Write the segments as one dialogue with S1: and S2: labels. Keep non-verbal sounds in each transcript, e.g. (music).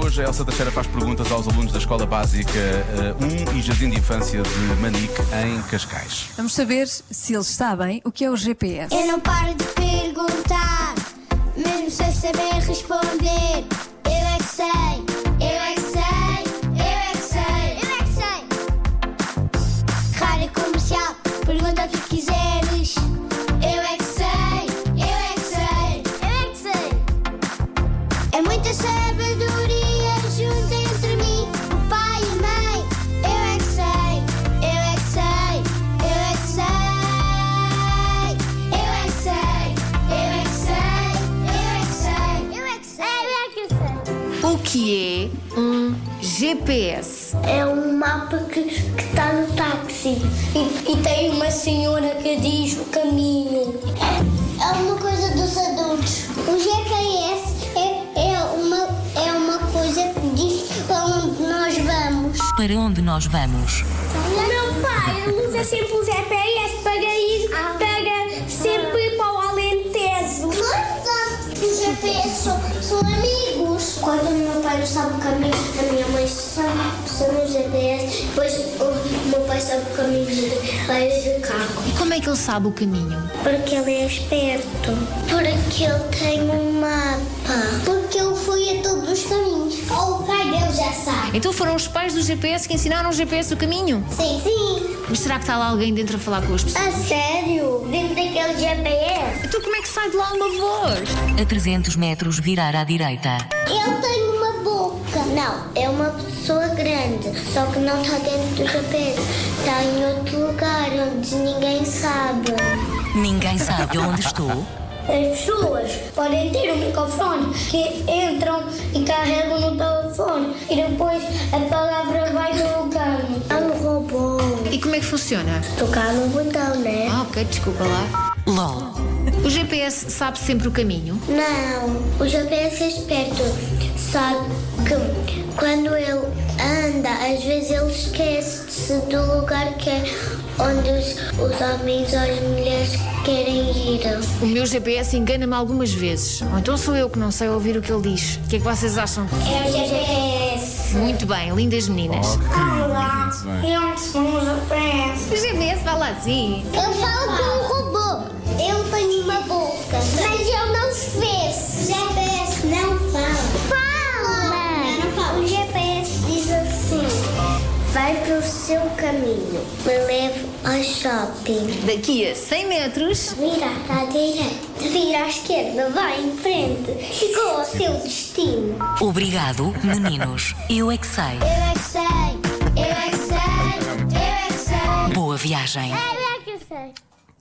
S1: Hoje a Elsa Teixeira faz perguntas aos alunos da Escola Básica eh, 1 e Jardim de Infância de Manique, em Cascais.
S2: Vamos saber se eles sabem o que é o GPS.
S3: Eu não paro de perguntar, mesmo sem saber responder. Eu é que sei, eu é que sei, eu é que sei, eu é que sei. Rádio comercial, pergunta o que quiseres. Eu é que sei, eu é que sei, eu é que sei. É muita sabedoria junta entre mim, o pai e a mãe. Eu é que sei, eu é que sei, eu é que sei. Eu é que sei, eu é que sei, eu é que sei, eu é que sei, eu é que sei.
S4: O que é um GPS?
S3: É um mapa que está no táxi. E, e tem uma senhora que diz o caminho. É uma coisa dos adultos. O GPS é, é, uma, é uma coisa que diz para onde nós vamos.
S5: Para onde nós vamos?
S3: O meu pai usa sempre o GPS para ir para sempre para o Alentejo. Os GPS são, são amigos. Quando o meu pai não sabe o caminho, a minha mãe sabe, sabe o GPS. Depois o meu pai sabe o caminho de carro.
S4: E como é que ele sabe o caminho?
S3: Porque ele é esperto. Porque ele tem um mapa. Porque ele foi a todos os caminhos. Ou o pai dele já sabe.
S4: Então foram os pais do GPS que ensinaram o GPS o caminho?
S3: Sim, sim.
S4: Mas será que está lá alguém dentro a falar com as pessoas?
S3: A sério? Dentro daquele GPS?
S4: Então como é que sai de lá uma voz?
S5: A 300 metros virar à direita.
S3: Ele tem uma boca. Não, é uma pessoa grande, só que não está dentro do GPS. Está em outro lugar onde ninguém sabe.
S5: Ninguém sabe onde estou.
S3: As pessoas podem ter um microfone que entram e carregam no telefone e depois a palavra vai colocando. É um robô.
S4: E como é que funciona?
S3: Tocar no botão, né?
S4: Ah, ok, desculpa lá.
S5: LOL.
S4: O GPS sabe sempre o caminho?
S3: Não, o GPS é esperto. Sabe que quando ele anda, às vezes ele esquece-se do lugar que é onde os, os homens ou as mulheres querem ir.
S4: O meu GPS engana-me algumas vezes. Ou então sou eu que não sei ouvir o que ele diz. O que é que vocês acham?
S3: É o GPS.
S4: Muito bem, lindas meninas.
S3: Olá,
S1: Muito
S3: eu sou o GPS.
S4: O GPS fala assim.
S3: Eu falo com um robô. Eu tenho uma boca. Mas eu não fez. O GPS não fala. Fala! Eu não falo. O GPS diz assim: Vai pelo seu caminho. Me levo ao shopping.
S4: Daqui a 100 metros.
S3: Vira à direita, vira à esquerda, vai em frente. Chegou ao seu destino.
S5: Obrigado, meninos. Eu é que sei.
S3: Eu é que sei, eu é que sei, eu é que sei.
S5: Boa viagem.
S3: Eu é que sei.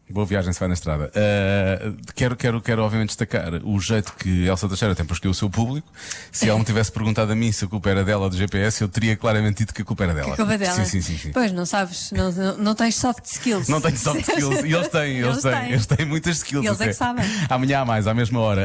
S1: Boa viagem, se vai na estrada. Ah, quero, quero, quero, obviamente, destacar o jeito que Elsa Teixeira tem para escolher o seu público. Se ela me tivesse perguntado a mim se a culpa era dela do GPS, eu teria claramente dito que a culpa era dela.
S2: A culpa é dela.
S1: Sim, sim, sim. sim.
S2: Pois, não sabes, não, não, não tens soft skills. (laughs)
S1: Não tenho soft skills. E eles têm, eles, têm, eles têm muitas skills.
S2: Eles é
S1: até.
S2: que sabem.
S1: Amanhã há mais, à mesma hora.